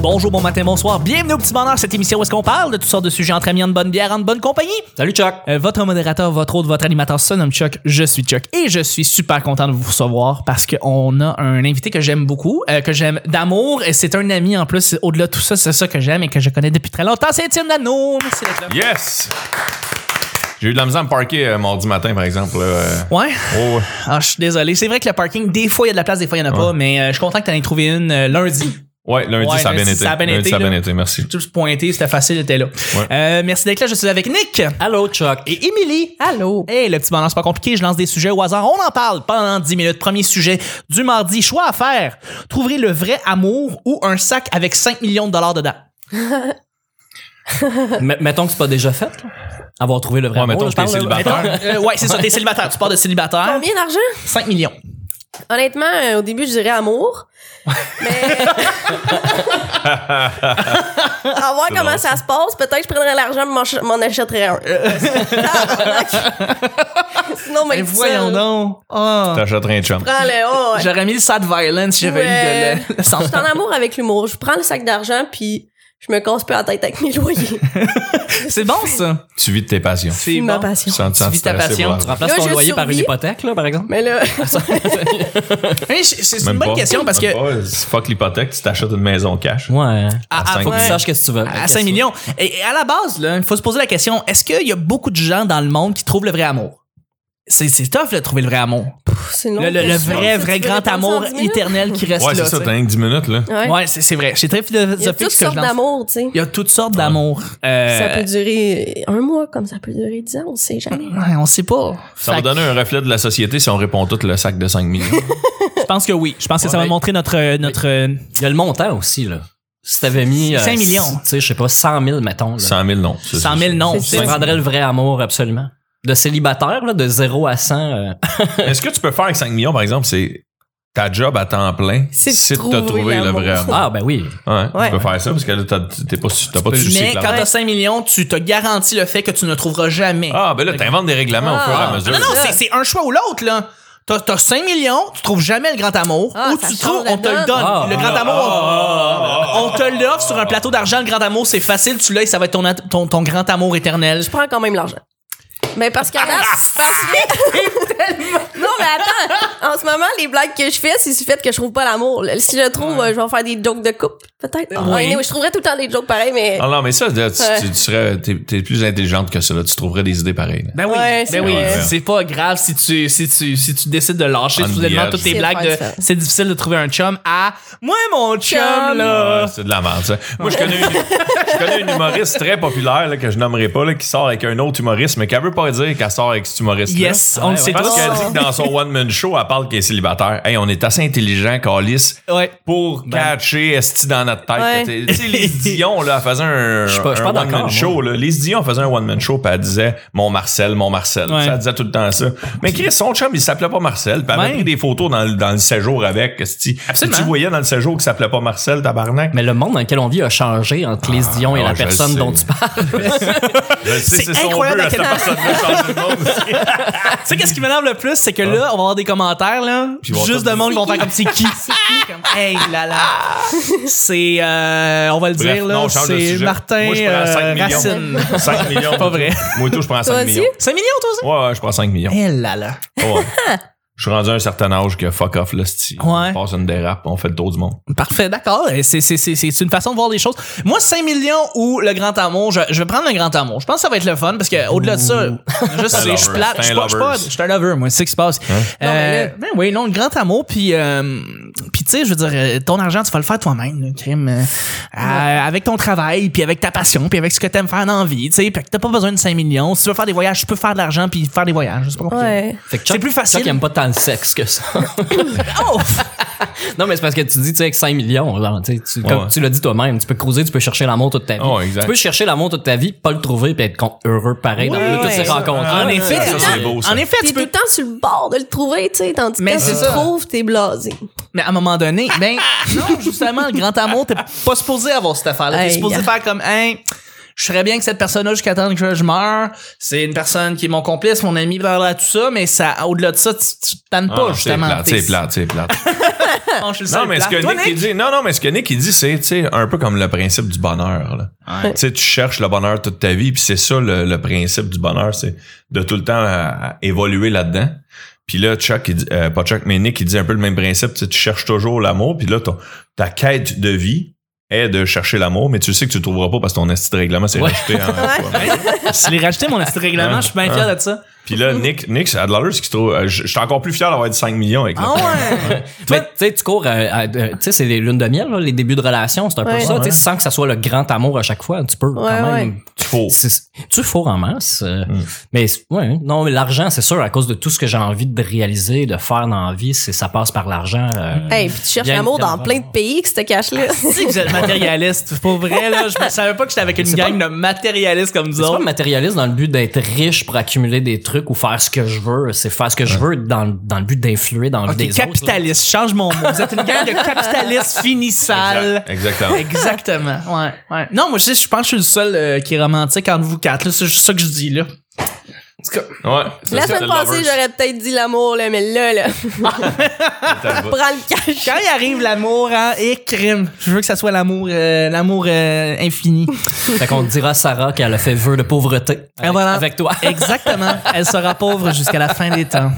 bonjour, bon matin, bonsoir. Bienvenue au Petit Bonheur, cette émission où est-ce qu'on parle de toutes sortes de sujets entre amis, en bonne bière, en bonne compagnie. Salut Chuck! Euh, votre modérateur, votre hôte, votre animateur se nomme Chuck. Je suis Chuck et je suis super content de vous recevoir parce qu'on a un invité que j'aime beaucoup, euh, que j'aime d'amour. Et c'est un ami en plus. Au-delà de tout ça, c'est ça que j'aime et que je connais depuis très longtemps. C'est Étienne Dano. Merci d'être là. Yes! J'ai eu de la misère à me parquer euh, mardi matin, par exemple. là, euh. Ouais. Oh, ouais. Ah, je suis désolé. C'est vrai que le parking, des fois, il y a de la place, des fois, il n'y en a pas. Mais euh, je suis content que tu aies trouvé une euh, lundi. Ouais, lundi, Ouais, ça a bien lundi, été. ça a bien lundi, été, ça a bien là. été, merci. Tout se pointer, c'était facile, était là. Euh, merci d'être là. Je suis avec Nick. Allô Chuck! Et Émilie. Allô. Hey, le petit bonheur, c'est pas compliqué. Je lance des sujets au hasard. On en parle pendant 10 minutes. Premier sujet du mardi. Choix à faire. Trouverez le vrai amour ou un sac avec 5 millions de dollars dedans. M- mettons que c'est pas déjà fait, là. avoir trouvé le vrai Ouais, mot, mettons là, que t'es je parle, là. célibataire. Euh, ouais, c'est ça. T'es célibataire. Tu pars de célibataire. Combien d'argent? 5 millions. Honnêtement, euh, au début, je dirais amour. Mais. euh, à voir comment ça se passe, peut-être que je prendrais l'argent et m'en ch- m'en achèterais un. Tabarnak. Sinon, mais Mais Ben, voyons donc. Ah. T'achèterais un chum. Prends le. oh, ouais. J'aurais mis le sad violence si j'avais Ouais. eu de le- le sens. Je suis en amour avec l'humour. Je prends le sac d'argent puis je me casse peu la tête avec mes loyers. C'est bon, ça. Tu vis de tes passions. C'est ma bon. passion. Sans te Tu vis sentir ta stressé, passion, voilà. tu remplaces Place Là, ton je loyer par une survis. hypothèque, là, par exemple. Mais là, Hey, c'est c'est une Même bonne pas. question parce que Même pas, c'est fuck l'hypothèque, tu t'achètes une maison cash. Ouais. Ah, ah, cinq faut que tu millions. Tu saches saches qu'est-ce que tu veux. à 5 millions. Et, et à la base, là, il faut se poser la question, est-ce qu'il y a beaucoup de gens dans le monde qui trouvent le vrai amour? C'est c'est tough de trouver le vrai amour. pff, c'est long. Le, le- le Je- vrai, tu vrai veux grand répondre ça en amour dix minutes? éternel qui reste Ouais, là. c'est ça, tu sais. t'as rien que 10 minutes, là. Ouais. Ouais, c'est c'est vrai. C'est très Il y a philosophique toutes ce que sortes je lance. d'amour, tu sais. Il y a toutes sortes d'amour. Euh, Ça peut durer un mois, comme ça peut durer dix ans, on sait jamais. ouais, on sait pas. Ça va Fait que donner un reflet de la société si on répond tout le sac de 5 millions. Je pense que oui. Je pense que ça va Ouais. montrer notre euh, notre euh, Il y a le montant aussi, là. Si t'avais mis. euh, Cinq millions. Tu sais, je sais pas, 100 000, mettons. Là. 100 000, non. Ça, 100 c'est- 000 noms. C'est Tu C'est- prendrais le vrai amour, absolument. De célibataire, là, de 0 à 100. euh, Est-ce que tu peux faire avec 5 millions, par exemple, c'est ta job à temps plein C'est de si t'as trouver trouvé le l'amour. vrai amour. Ah, ben oui. Ouais, Ouais. Tu peux faire ça parce que là, t'as t'es pas, t'as pas de soucis. Mais quand clairement. t'as 5 millions, tu te garantis le fait que tu ne trouveras jamais. Ah, ben là, t'inventes des règlements au fur et à Ah. mesure. Non, non, c'est- c'est un choix ou l'autre, là. T'as, t'as 5 millions, tu trouves jamais le grand amour, Ah, ou ça tu change trouves, la on te le donne. donne. Ah. le grand amour, ah, on te l'offre sur un plateau d'argent, le grand amour, c'est facile, tu l'as et ça va être ton, at- ton, ton grand amour éternel. Je prends quand même l'argent. Mais parce qu'à date, parce que- Ah! non, mais attends, en ce moment, les blagues que je fais, c'est du fait que je trouve pas l'amour. là. Si je le trouve, euh, je vais en faire des jokes de couple, peut-être. Ah, anyway, je trouverais tout le temps des jokes pareils, mais. Ah non, mais ça, là, tu, Ouais. tu- tu serais, t'es, t'es plus intelligente que ça, là. Tu trouverais des idées pareilles. là. Ben oui, Ouais, c'est ben oui. vrai. C'est pas grave si tu, si tu, si tu décides de lâcher On soudainement the toutes tes edge. blagues de, C'est vrai, ça. c'est difficile de trouver un chum à, moi, mon chum, Chum. là. Ouais, Ah, c'est de la merde, ça. Moi, je connais, une, je connais une humoriste très populaire là, que je nommerai pas, là, qui sort avec un autre humoriste, mais qu'elle veut pas dire qu'elle sort avec cet humoriste. Yes, on le sait Parce tous. Ah. qu'elle dit que dans son one-man show, elle parle qu'elle est célibataire. Hey, on est assez intelligent, Calis, Ouais. pour catcher Esti dans notre tête. Ouais. que t'es- Tu sais, les Dion, là, elle faisait un, suis pas- je suis un pas one-man d'accord, show. Là. Les Dion faisait un one-man show, puis elle disait Mon Marcel, mon Marcel. Ouais. Ça elle disait tout le temps ça. Mais Chris, son chum, il s'appelait pas Marcel, puis elle Ouais. avait pris des photos dans, le- dans le séjour avec. esti. Absolument. Tu voyais dans le séjour qu'il s'appelait pas Marcel, tabarnak. Mais le monde dans lequel on vit a changé entre les Dion et ah, la je le personne sais. dont tu parles. Je le sais, C'est incroyable à à cette quel personne-là changer le monde. Tu sais, qu'est-ce qui m'énerve le plus, c'est que là, on va avoir des commentaires, là. Ah. ils vont juste tous de monde qui vont faire comme c'est qui. Comme, hey là là. C'est, euh, on va le Bref, dire, non, là. on change de C'est sujet. Martin Moi, je prends 5 euh, millions. Racine. 5 millions. pas vrai. Moi et tout, je prends 5 Toi aussi? millions. 5 millions, toi aussi? Ouais, ouais, je prends 5 millions. Hey là là. Ouais. Je suis rendu à un certain âge que fuck off, là, si Ouais. on passe une dérape, on fait le tour du monde. Parfait, d'accord. Et C'est, c'est, c'est, c'est une façon de voir les choses. Moi, 5 millions ou le grand amour, je, je vais prendre le grand amour. Je pense que ça va être le fun parce que au-delà de ça, juste, un je suis lover. plate. T'es Je suis un pas, je suis pas- lover. Hein? je suis un lover, moi. C'est ce qui se passe. Euh, Non, mais là- ben oui, non, le grand amour. Puis, euh, puis tu sais, je veux dire, euh, ton argent, tu vas le faire toi-même, là, crime. Euh, euh, avec ton travail, puis avec ta passion, puis avec ce que t'aimes faire dans la vie, tu sais. Puis que t'as pas besoin de 5 millions. Si tu veux faire des voyages, tu peux faire de l'argent puis faire des voyages. C'est pas compliqué. Ouais. Fait que C'est plus facile. Chuck aime pas tant le sexe que ça. Oh! non, mais c'est parce que tu dis, tu sais, avec 5 millions, genre, tu sais, tu- comme ouais. tu l'as dit toi-même, tu peux cruiser, tu peux chercher l'amour toute ta vie. Ouais, exact. Tu peux chercher l'amour toute ta vie, pas le trouver, puis être con- heureux pareil dans Ouais, toutes ces ouais. rencontres. en effet, ça, c'est beau, ça. en effet, T'es tu tout peux le temps sur le bord de le trouver, tu sais, tandis Mais que c'est si tu ça. le trouves, t'es blasé. Mais à un moment donné, ben non, justement, le grand amour, t'es pas supposé avoir cette affaire-là. T'es Hey. supposé faire comme, hein, je serais bien que cette personne-là, jusqu'à temps que je meure, c'est une personne qui est mon complice, mon ami, blablabla, tout ça, mais ça, au-delà de ça, tu tu te tannes Ah pas, non, justement. C'est plate, c'est plate, c'est plate. penches sur le Non sable mais, ce que plat. Toi, Nick, il dit, non, non, mais ce que Nick il dit, c'est tu sais, un peu comme le principe du bonheur. Là. Ouais. Tu sais, tu cherches le bonheur toute ta vie, puis c'est ça le, le principe du bonheur, c'est de tout le temps euh, évoluer là-dedans. Puis là, Chuck, il dit, euh, pas Chuck, mais Nick, il dit un peu le même principe, tu sais, tu cherches toujours l'amour, puis là, ton- ta quête de vie est de chercher l'amour, mais tu sais que tu le trouveras pas parce que ton esti de règlement s'est Ouais. rajouté en- Je l'ai rajouté mon petit Hein? règlement, je suis bien fier de ça. Puis là, Nick, Nick, ça a de l'allure, ce qui se trouve. euh, Je je suis encore plus fier d'avoir dit 5 millions avec Ah le- ouais! Mais tu sais, tu cours, à- à- euh, tu sais, c'est les lunes de miel, là, les débuts de relation, c'est un Ouais. peu ça, tu sais, sans que ça soit le grand amour à chaque fois, tu peux Ouais, quand même. Tu faux. C'est- Tu fourres en masse. euh, Mais c'est- ouais, non, mais l'argent, c'est sûr, à cause de tout ce que j'ai envie de réaliser, de faire dans la vie, c'est ça passe par l'argent. euh, Hey, puis tu cherches Bien l'amour dans évidemment. plein de pays que c'était cash-là. Tu sais que vous êtes matérialiste. Pour vrai, là, je savais pas que j'étais avec une C'est gang de matérialistes comme nous C'est pas autres. matérialiste dans le but d'être riche pour accumuler des trucs ou faire ce que je veux. C'est faire ce que je veux dans, dans le but d'influer dans le Ok, vie des autres. là. capitaliste, change mon mot. Vous êtes une gang de capitalistes finissales. Exact- Exactement. Exactement. Ouais, ouais. Non, moi, je, sais, je pense que je suis le seul euh, qui est romantique entre vous quatre. là. C'est juste ça que je dis, là. En tout cas, Ouais. c'est La ça, semaine le lovers. passée, j'aurais peut-être dit l'amour, là, mais là, là, T'as le- prends le cash. Quand il arrive l'amour, hein, et crime. Je veux que ça soit l'amour, euh, l'amour euh, infini. Fait qu'on dira à Sarah qu'elle a fait vœu de pauvreté Ah, avec, voilà. avec toi. Exactement. Elle sera pauvre jusqu'à la fin des temps.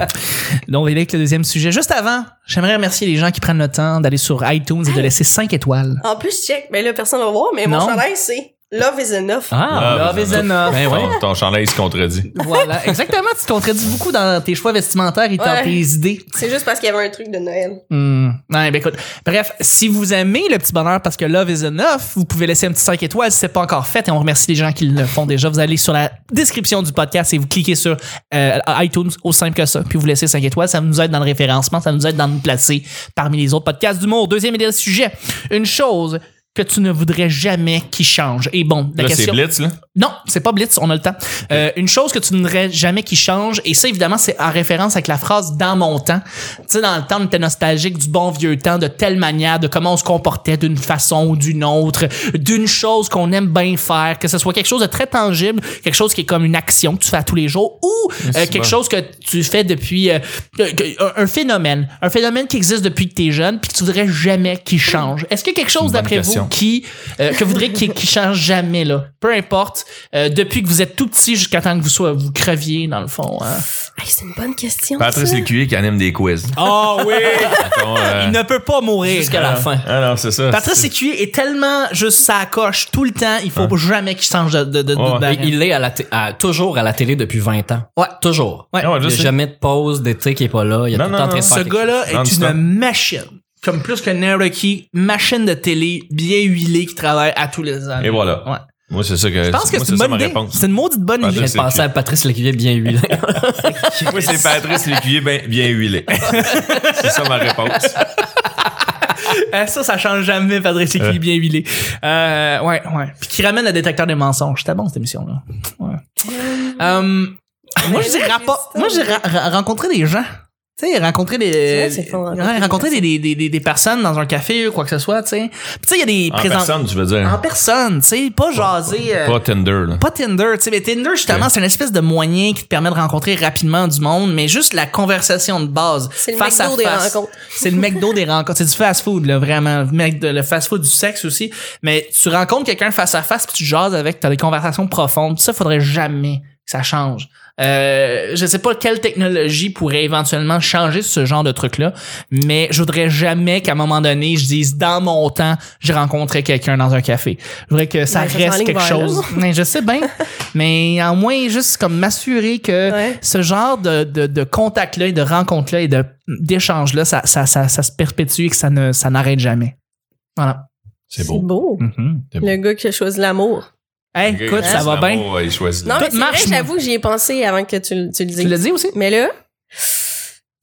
Là, on va y aller avec le deuxième sujet. Juste avant, j'aimerais remercier les gens qui prennent le temps d'aller sur iTunes et de laisser 5 étoiles. En plus, check, mais là, personne va voir, mais Non. mon chandail, c'est Love is enough. Ah, Love is enough. ben ouais. Ton, ton chandail il se contredit. Voilà, exactement. Tu te contredis beaucoup dans tes choix vestimentaires et dans Ouais. tes idées. C'est juste parce qu'il y avait un truc de Noël. Hmm. Ouais, ben écoute, bref, si vous aimez le petit bonheur parce que Love is enough, vous pouvez laisser un petit 5 étoiles si c'est pas encore fait et on remercie les gens qui le font déjà. Vous allez sur la description du podcast et vous cliquez sur euh, iTunes au simple que ça, puis vous laissez 5 étoiles, ça nous aide dans le référencement, ça nous aide dans nous placer parmi les autres podcasts d'humour. Deuxième et dernier sujet, une chose que tu ne voudrais jamais qui change. Et bon, la Là, c'est question Blitz, là. non, c'est pas Blitz, on a le temps. Euh, une chose que tu n'aurais jamais qui change, et ça évidemment c'est en référence avec la phrase dans mon temps. Tu sais, dans le temps, on était nostalgique du bon vieux temps, de telle manière, de comment on se comportait d'une façon ou d'une autre, d'une chose qu'on aime bien faire, que ce soit quelque chose de très tangible, quelque chose qui est comme une action que tu fais à tous les jours, ou euh, quelque chose que tu fais depuis euh, que- que- un, un phénomène, un phénomène qui existe depuis que t'es jeune, puis que tu voudrais jamais qu'il change. Est-ce que quelque chose bonne d'après vous question. qui euh, que vous voudrez qui, qui change jamais là peu importe euh, depuis que vous êtes tout petit jusqu'à temps que vous soyez vous creviez dans le fond hein. Hey, c'est une bonne question. Patrice ça. Lécuyer qui anime des quiz. oh oui Attends, euh, il ne peut pas mourir Jusqu'à la fin. Ah non, c'est ça. Patrice C'est- Écuyer est tellement juste sa coche tout le temps il faut jamais qu'il change de, de, de, de- Ouais. d'arène. Il il est à la té- à- toujours à la télé depuis 20 ans. Ouais. Toujours. Ouais. Ah ouais, Il je n'y a sais. jamais de pause d'été qui est pas là. Il est Non, tout le non, temps en train de non. faire ce quelque gars là est Non-stop. une machine comme plus que Naraki machine de télé bien huilée qui travaille à tous les ans Et voilà. Ouais. Moi, c'est ça que. je pense que moi, c'est une ça bonne ma idée réponse. c'est une maudite bonne Patrice idée chose. Je viens de penser à Patrice Lécuyer bien huilé. Moi, c'est Patrice Lécuyer bien, bien huilé. c'est ça ma réponse. Euh, ça, ça change jamais, Patrick c'est qui est bien huilé. Euh, ouais, ouais. Puis qui ramène le détecteur des mensonges. C'était bon, cette émission-là. Ouais. Euh, moi, j'ai rapport, moi, j'ai ra- ra- rencontré des gens. Tu sais, rencontrer des, vrai, c'est fun, rencontrer ouais, des rencontrer des, des, des, des- des personnes dans un café ou quoi que ce soit, tu sais. Puis tu sais, il y a des En présent- personne, tu veux dire. en personne, tu sais, pas jaser. euh, Pas Tinder, là. pas Tinder, tu sais, mais Tinder, justement, Ok. c'est une espèce de moyen qui te permet de rencontrer rapidement du monde, mais juste la conversation de base. C'est le face à McDo des face. rencontres. C'est le McDo des rencontres. C'est du fast food, là, vraiment. Le mec- Le fast food du sexe aussi. Mais tu rencontres quelqu'un face à face, puis tu jases avec, t'as des conversations profondes. Ça, faudrait jamais que ça change. Euh, je sais pas quelle technologie pourrait éventuellement changer ce genre de truc-là, mais je voudrais jamais qu'à un moment donné, je dise dans mon temps, j'ai rencontré quelqu'un dans un café. Je voudrais que ça Ben, ça s'en reste ligne quelque vers là. chose. Mais je sais bien, mais en moins juste comme m'assurer que Ouais. ce genre de, de, de contact-là et de rencontre-là et de- d'échange-là, ça, ça, ça, ça se perpétue et que ça ne ça n'arrête jamais. Voilà. C'est beau. Mhm. Le gars qui a choisi l'amour. Hey, Ok, écoute, ça c'est va bien. l'amour, ouais, il choisit. Non, Tout mais c'est marche, vrai, moi. j'avoue, j'y ai pensé avant que tu, le- tu le dises. Tu l'as dit aussi? Mais là,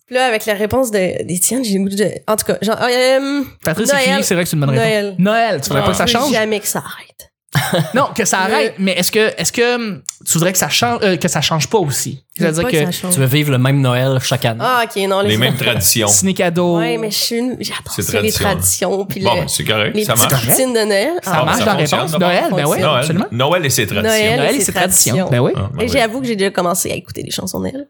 là, avec la réponse de- d'Étienne, j'ai le goût de... En tout cas, genre... euh, Patrice Noël. Écuyer, c'est vrai que c'est une bonne réponse. Noël. Ah, Noël, tu voudrais pas que ça je veux change? jamais que ça arrête. Non, que ça Le- arrête, mais est-ce que est-ce que hum, tu voudrais que ça change euh, que ça change pas aussi C'est-à-dire Pas que, ça change. tu veux vivre le même Noël chaque année. Ah, OK, non. Les mêmes traditions. ciné cadeau, Ouais, mais je suis une... J'adore C'est ça, les traditionnel. traditions, puis Bon, le- ben, c'est correct. les Ça petites marche. routines de Noël. ça Ah, marche dans ça la fonctionne, réponse. ça Noël, ben oui, fonctionne. absolument. Noël. Noël et ses traditions. Noël. Noël, et c'est ses tradition. traditions. Ben oui. Ah Ah, ben Et oui. j'avoue que j'ai déjà commencé à écouter des chansons de Noël.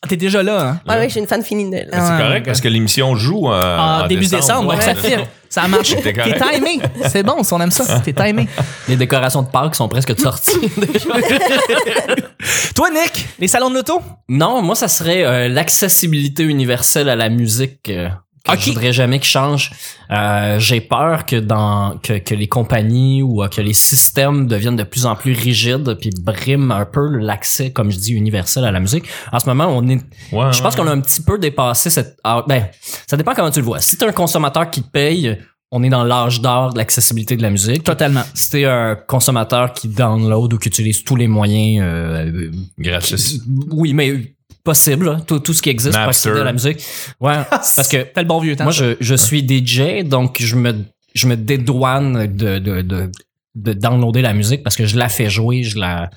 Ah. T'es déjà là, hein? Ouais, ouais, je suis une fan finie de. Mais C'est Ah, correct ok. parce que l'émission joue en, Ah, en début décembre, donc ouais. ça fit. Ça marche. T'es T'es correct. timé. C'est bon, si on aime ça. T'es timé. Les décorations de Pâques sont presque sorties. Toi, Nick, les salons de l'auto? non, moi, ça serait euh, l'accessibilité universelle à la musique. euh, que Ok. Je voudrais jamais qu'il change. Euh, J'ai peur que dans que, que les compagnies ou euh, que les systèmes deviennent de plus en plus rigides puis briment un peu l'accès, comme je dis, universel à la musique. En ce moment, on est Ouais, Je pense qu'on a un petit peu dépassé cette. ah, ben, ça dépend comment tu le vois. Si t'es un consommateur qui paye, on est dans l'âge d'or de l'accessibilité de la musique. Totalement. Si t'es un consommateur qui download ou qui utilise tous les moyens, euh, Gratis. euh, oui, mais possible, là, tout, tout ce qui existe pour Napster. accéder à la musique. Ouais, parce que T'as le bon vieux temps. moi, je, je suis DJ, donc je me, je me dédouane de, de, de, de downloader la musique parce que je la fais jouer, je la,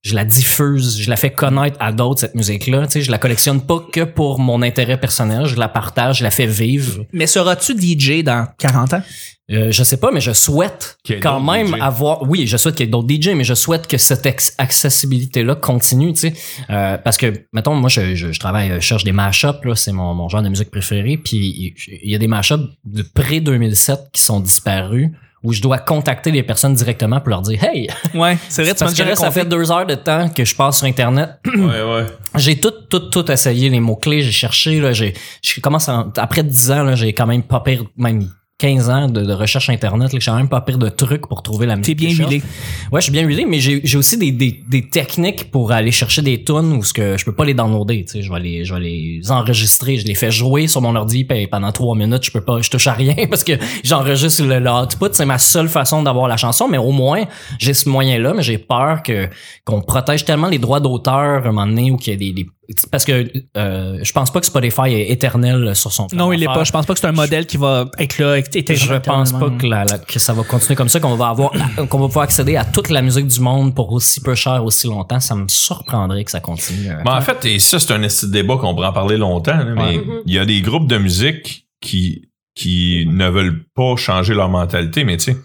je la diffuse, je la fais connaître à d'autres, cette musique-là. Tu sais, je la collectionne pas que pour mon intérêt personnel, je la partage, je la fais vivre. Mais seras-tu DJ dans 40 ans? Euh, je sais pas, mais je souhaite Qu'il y ait quand d'autres même DJ. avoir. Oui, je souhaite qu'il y ait d'autres DJ, mais je souhaite que cette ex- accessibilité-là continue, tu sais. Euh, parce que, mettons, moi, je, je, je travaille, je cherche des mashups, là, c'est mon, mon genre de musique préférée. Puis il y a des mashups de près 2007 qui sont disparus où je dois contacter les personnes directement pour leur dire Hey, Ouais, c'est vrai, tu m'as parce que déjà là, ça raconté. fait deux heures de temps que je passe sur Internet Ouais, ouais. j'ai tout, tout, tout essayé, les mots-clés, j'ai cherché, là, j'ai, je commence en- après 10 ans, là, j'ai quand même pas pire, même 15 ans de, de recherche internet, là, j'ai quand même pas pire de trucs pour trouver la musique. T'es bien que je cherche. huilé. Ouais, je suis bien huilé, mais j'ai, j'ai aussi des, des, des techniques pour aller chercher des tunes où ce que je peux pas les downloader, tu sais, je vais les, je vais les enregistrer, je les fais jouer sur mon ordi, puis pendant trois minutes, je peux pas, je touche à rien parce que j'enregistre le, le output, c'est ma seule façon d'avoir la chanson, mais au moins, j'ai ce moyen-là, mais j'ai peur que, qu'on protège tellement les droits d'auteur à un moment donné ou qu'il y a des, des- parce que, euh, je pense pas que Spotify est éternel sur son plan Non, il l'est d'affaires. pas. Je pense pas que c'est un modèle qui va être là. être- être- Je pense pas que, la- la- que ça va continuer comme ça, qu'on va avoir, qu'on va pouvoir accéder à toute la musique du monde pour aussi peu cher, aussi longtemps. Ça me surprendrait que ça continue. euh. Mais en fait, et ça, c'est un esti de débat qu'on pourrait en parler longtemps, là, mais Ouais. il y a des groupes de musique qui, qui ne veulent pas changer leur mentalité, mais tu sais,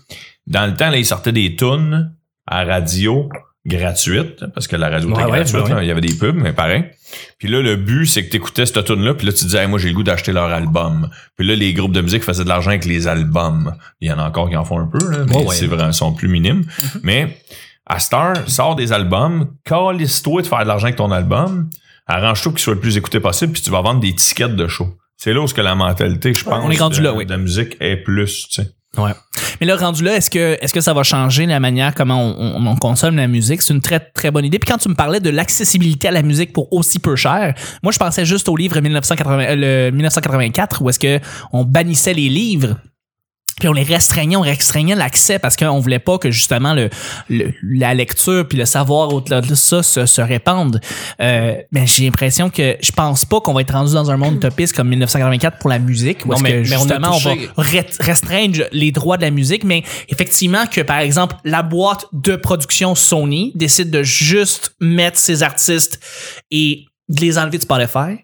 dans le temps, là, ils sortaient des tunes à radio gratuite, parce que la radio était Ouais, ouais, gratuite, ouais. là, il y avait des pubs, mais pareil. Puis là, le but, c'est que tu écoutais cette tune-là, puis là, tu disais, Hey, moi, j'ai le goût d'acheter leur album. Puis là, les groupes de musique faisaient de l'argent avec les albums. Il y en a encore qui en font un peu, là, mais Ouais, Mhm. ouais. c'est vrai, ils sont plus minimes. Mais à cette heure, sors des albums, calisse-toi de faire de l'argent avec ton album, arrange-toi qu'il soit le plus écouté possible, puis tu vas vendre des tickets de show. C'est là où ce que la mentalité, je pense, on est rendu de, là, oui. de la musique est plus, tu sais. Mais là, rendu là, est-ce que, est-ce que ça va changer la manière comment on, on- on consomme la musique? C'est une très, très bonne idée. Puis quand tu me parlais de l'accessibilité à la musique pour aussi peu cher, moi, je pensais juste au livre 1980, euh, le 1984 où est-ce que on bannissait les livres. Puis on les restreignait, on restreignait l'accès parce qu'on voulait pas que justement le, le- la lecture puis le savoir au-delà de ça se, se répandent. Euh, mais j'ai l'impression que je pense pas qu'on va être rendu dans un monde utopiste comme 1984 pour la musique. Où Non, est-ce mais- que mais on a justement on, touché- va ret- restreindre les droits de la musique, mais effectivement que par exemple la boîte de production Sony décide de juste mettre ses artistes et de les enlever de Spotify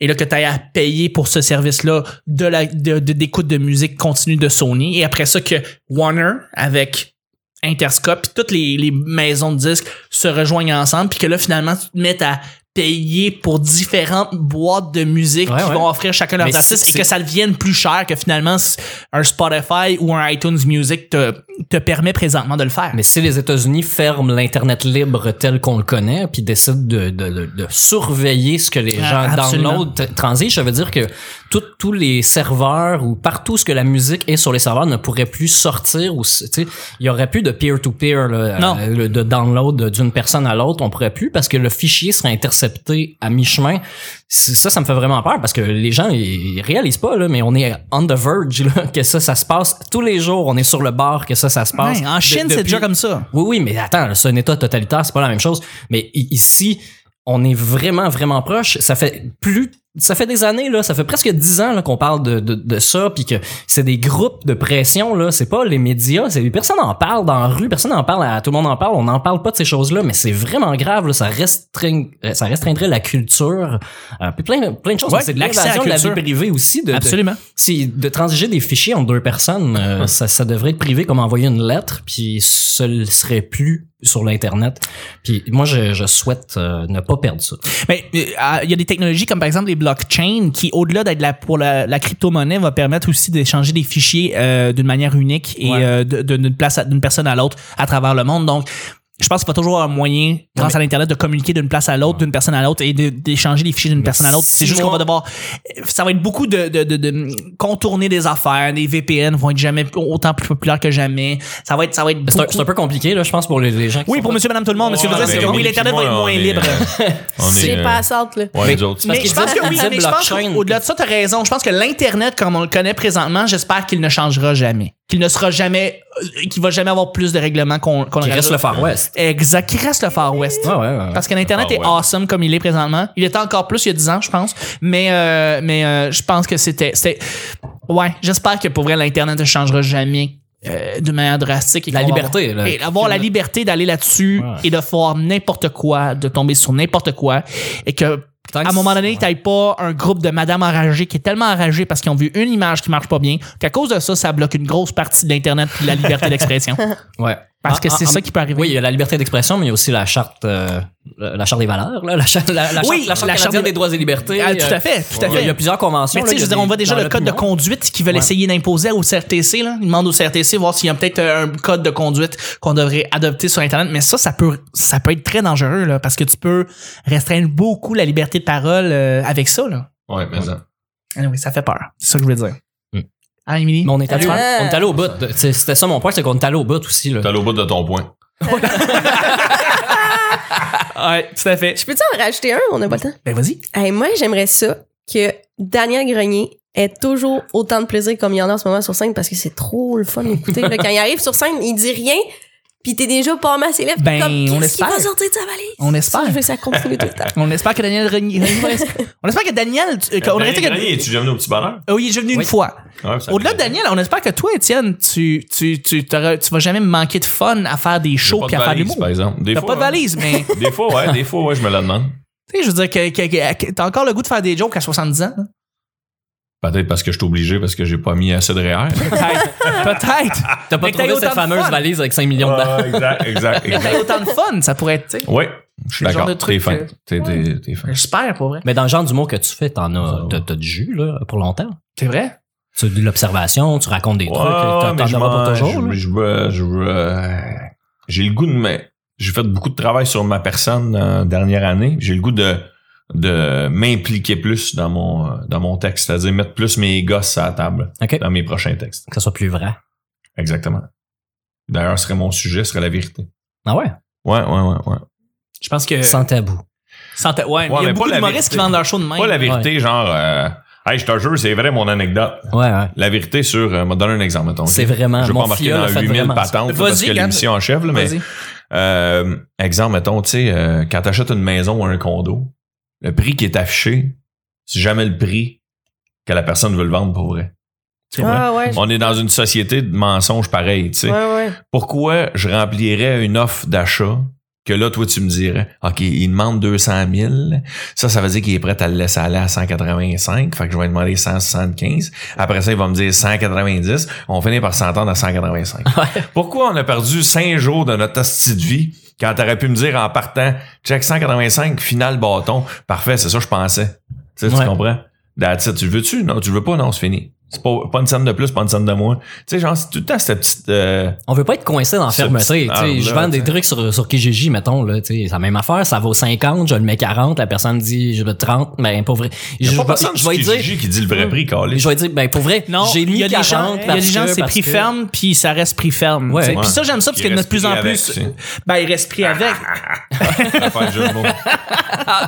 et là que tu à payer pour ce service-là de la de, de- d'écoute de musique continue de Sony et après ça que Warner avec Interscope puis toutes les, les maisons de disques se rejoignent ensemble puis que là finalement tu te mets à payer pour différentes boîtes de musique Ouais, qui ouais. vont offrir chacun leurs Mais artistes c'est- et que c'est- ça devienne plus cher que finalement s- un Spotify ou un iTunes Music te, te permet présentement de le faire. Mais si les États-Unis ferment l'Internet libre tel qu'on le connaît, puis décident de, de, de, de surveiller ce que les gens Ah, absolument. download, t- transigent, ça veut dire que tout- tous les serveurs ou partout ce que la musique est sur les serveurs ne pourrait plus sortir ou s- tu sais, il y aurait plus de peer-to-peer là, Non. euh, le- de download d'une personne à l'autre, on pourrait plus parce que le fichier serait intercepté à mi-chemin. C'est- Ça, ça me fait vraiment peur parce que les gens ils, ils réalisent pas là, mais on est on the verge là, que ça, ça se passe tous les jours. On est sur le bord que ça, ça se passe. Ouais, en De- Chine, c'est depuis- déjà comme ça. oui, oui, mais attends, là, c'est un État totalitaire, c'est pas la même chose. Mais i- ici, on est vraiment, vraiment proche. Ça fait plus, ça fait des années là, ça fait presque dix ans là, qu'on parle de, de, de ça, puis que c'est des groupes de pression là. C'est pas les médias, c'est personne en parle dans la rue, personne en parle, à, tout le monde en parle. On n'en parle pas de ces choses-là, mais c'est vraiment grave. Là, ça restreint, euh, ça restreindrait la culture, euh, puis plein, plein de choses. Ouais, Mais c'est de l'accès à la l'invasion de la vie culture. privée aussi. De, de- Absolument. si de transiger des fichiers entre deux personnes, euh, ça, ça devrait être privé comme envoyer une lettre, puis ce ne serait plus sur l'internet. Puis moi, je, je souhaite euh, ne pas perdre ça. Mais euh, ah, il y a des technologies comme par exemple les blockchains qui, au-delà d'être la, pour la, la crypto-monnaie, va permettre aussi d'échanger des fichiers euh, d'une manière unique et Ouais. euh, de- de- d'une place à- d'une personne à l'autre à travers le monde. Donc, je pense qu'il va toujours avoir un moyen, grâce à l'internet, de communiquer d'une place à l'autre, d'une personne à l'autre et de- d'échanger des fichiers d'une personne à l'autre. si C'est juste qu'on moi- va devoir, ça va être beaucoup de, de, de, de contourner des affaires. Les VPN vont être jamais autant plus populaires que jamais. Ça va être, ça va être. C'est un, beaucoup- c'est un peu compliqué, là, je pense, pour les, les gens qui Oui, sont pour pas- monsieur, madame, tout le monde. Monsieur, Ouais, Vizet, c'est Ah, mais que oui, Monique l'internet et va être moi, moins on est, libre. euh, on est, J'ai euh, pas à sorte, là. Ouais, Mais- les autres. Mais Parce je que pense tu que oui, disais mais je pense blockchain. qu'au-delà de ça, t'as raison. Je pense que l'Internet, comme on le connaît présentement, j'espère qu'il ne changera jamais. Qu'il ne sera jamais, euh, qu'il va jamais avoir plus de règlements qu'on qu'on Qui aurait reste dû- le Far West. Exact. Qu'il reste le Far West. Ouais, ouais, Ah ouais. Parce que l'Internet Le est Far West. awesome comme il est présentement. Il était encore plus il y a 10 ans, je pense. Mais, euh, mais euh, je pense que c'était. c'était- Ouais, j'espère que pour vrai, l'Internet ne changera jamais euh, de manière drastique. et La qu'on va liberté, avoir- là. Et avoir la liberté d'aller là-dessus Ouais. et de faire n'importe quoi, de tomber sur n'importe quoi. Et que Tant à que un moment donné, c'est- t'ailles pas un groupe de madame enragée qui est tellement enragée parce qu'ils ont vu une image qui marche pas bien qu'à cause de ça, ça bloque une grosse partie de l'Internet puis de la liberté d'expression. Ouais. Parce En- que c'est en- ça qui peut arriver. Oui, il y a la liberté d'expression, mais il y a aussi la charte, euh, la charte des valeurs, là, la, charte- la- la charte, Oui, la la charte canadienne charte des- des droits et libertés. Ah, tout euh, à fait, tout à Il y a- fait. il y, a plusieurs conventions. Mais tu sais, là, je veux il y a dire, on des- voit déjà dans le code de l'opinion. conduite qu'ils veulent Ouais. essayer d'imposer au CRTC. Là. Ils demandent au CRTC voir s'il y a peut-être euh, un code de conduite qu'on devrait adopter sur Internet. Mais ça, ça peut, ça peut être très dangereux là, parce que tu peux restreindre beaucoup la liberté de parole euh, avec ça. Là. Ouais, mais ça. Anyway, ça fait peur. C'est ça que je veux dire. Mm. Ah, Émilie? Mais on est allé, Ah. on est allé au bout. de- c'est- C'était ça mon point, c'est qu'on est allé au bout aussi. Là. T'es allé au bout de ton point. Ouais, tout à fait. Je peux-tu en rajouter un? On n'a pas le temps. Ben vas-y. Hey, moi, j'aimerais ça que Daniel Grenier ait toujours autant de plaisir comme il y en a en ce moment sur scène parce que c'est trop le fun d'écouter. là. Quand il arrive sur scène, il dit rien, puis t'es déjà pas mal ses lèvres. Ben, comme, on qu'est-ce qu'il espère. va sortir de sa valise? On Ça, espère. je veux que ça continue tout le temps. On espère que Daniel Renier. on espère que Daniel. tu- euh, qu'on Ben, Daniel aurait été que- Grenier, es-tu déjà venu au petit bonheur? Oh, il est déjà venu une Oui. fois. Ouais, ça- Au-delà de Daniel, on espère que toi, Étienne, tu, tu, tu, t'auras- tu vas jamais me manquer de fun à faire des J'ai shows pas puis de à faire de valise, l'humour. par exemple. Des T'as fois, pas de valise, mais. ouais. Des fois, ouais, des fois, ouais, je me la demande. Tu sais, je veux dire que, que- que- que t'as encore le goût de faire des jokes à 70 ans. hein? Peut-être parce que je suis obligé, parce que j'ai pas mis assez de REER. Peut-être. T'as pas Mais t'as eu trouvé autant cette de fameuse fun. valise avec 5 millions dedans. Ouais, exact, exact, T'as Ben, autant de fun, ça pourrait être. tu sais. Ouais, je suis C'est le genre d'accord. de T'es truc fin. que- T'es- T'es t'es fin. J'espère, pour vrai. Mais dans le genre d'humour que tu fais, t'en Ça as, va. t'as, t'as du jus là, pour longtemps. C'est vrai. Tu as de l'observation, tu racontes des Ouais, trucs, t'en, mais t'en je auras m'en- pour toujours. là. je- je veux- je veux, euh, J'ai le goût de me- J'ai fait beaucoup de travail sur ma personne euh, dernière année. J'ai le goût de de m'impliquer plus dans mon euh, dans mon texte, c'est-à-dire mettre plus mes gosses à la table Ok. dans mes prochains textes. Que ça soit plus vrai. Exactement. D'ailleurs, ce serait mon sujet, ce serait la vérité. Ah ouais? Ouais, ouais, ouais, ouais. Je pense que. Sans tabou. Sans ta- Ouais, mais il y a mais pas beaucoup la d'humoristes qui vérité. vendent leur show de même. Pas la vérité, genre euh, Hey, je te jure, c'est vrai mon anecdote. Ouais, ouais. La vérité sur euh, m'a donné un exemple, mettons. ok? C'est vraiment. Je vais mon pas embarquer filleul a dans fait 8000 vraiment ça. patentes là, Vas-y, parce que Gab. l'émission en chef, là, mais Vas-y. Euh, exemple, mettons, tu sais, euh, quand t'achètes une maison ou un condo, le prix qui est affiché, c'est jamais le prix que la personne veut le vendre pour vrai. Tu comprends? Ah ouais. On est dans une société de mensonges pareil, tu sais. Ouais, ouais. Pourquoi je remplirais une offre d'achat que là, toi, tu me dirais, OK, il demande 200 000. Ça, ça veut dire qu'il est prêt à le laisser aller à 185. Fait que je vais demander 175. Après ça, il va me dire 190. On finit par s'entendre à 185. Pourquoi on a perdu 5 jours de notre hostie de vie quand t'aurais pu me dire en partant, check 185, final bâton. Parfait, c'est ça, je pensais. Tu sais, Ouais. tu comprends? That's it. Tu le veux-tu? Non, tu le veux pas? Non, c'est fini. C'est pas, pas une scène de plus, pas une scène de moins. Tu sais, genre, c'est tout le temps cette petite, euh, On veut pas être coincé dans la Ce fermeté. petit tu sais, arbre-là, Je vends des tu sais. trucs sur, sur Kijiji, mettons. Là, tu sais, c'est la même affaire. Ça vaut 50, je le mets 40. La personne dit je veux 30. Mais pour vrai. Y a je, pas vais- personne je vais qui dire. Hmm. Gigi qui dit le vrai prix, Carlis. Je vais dire, ben pour vrai, Non, j'ai il mis y a des 40 gens, il y a des parce gens, que- c'est parce pris que- ferme, puis ça reste pris ferme. Ouais. tu sais. Ouais. Puis ça, j'aime ça, parce Qui qu'il y en a de reste plus en pris avec, plus. tu sais. Ah, Ben, il reste pris avec. Faut faire le jeu de mots.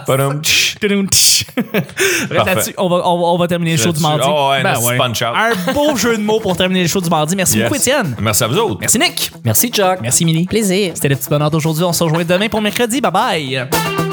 Padum, tch. Tudum, tch. Bref, là-dessus, on va, on, va, on va terminer le show du Là-dessus, mardi. Ben oh ouais, merci, punch out. Un beau jeu de mots pour terminer le show du mardi. Merci Yes. beaucoup, Étienne. Merci à vous autres. Merci, Nick. Merci, Chuck. Merci, Mini. Plaisir. C'était le petit bonheur d'aujourd'hui. On se rejoint demain pour mercredi. Bye bye.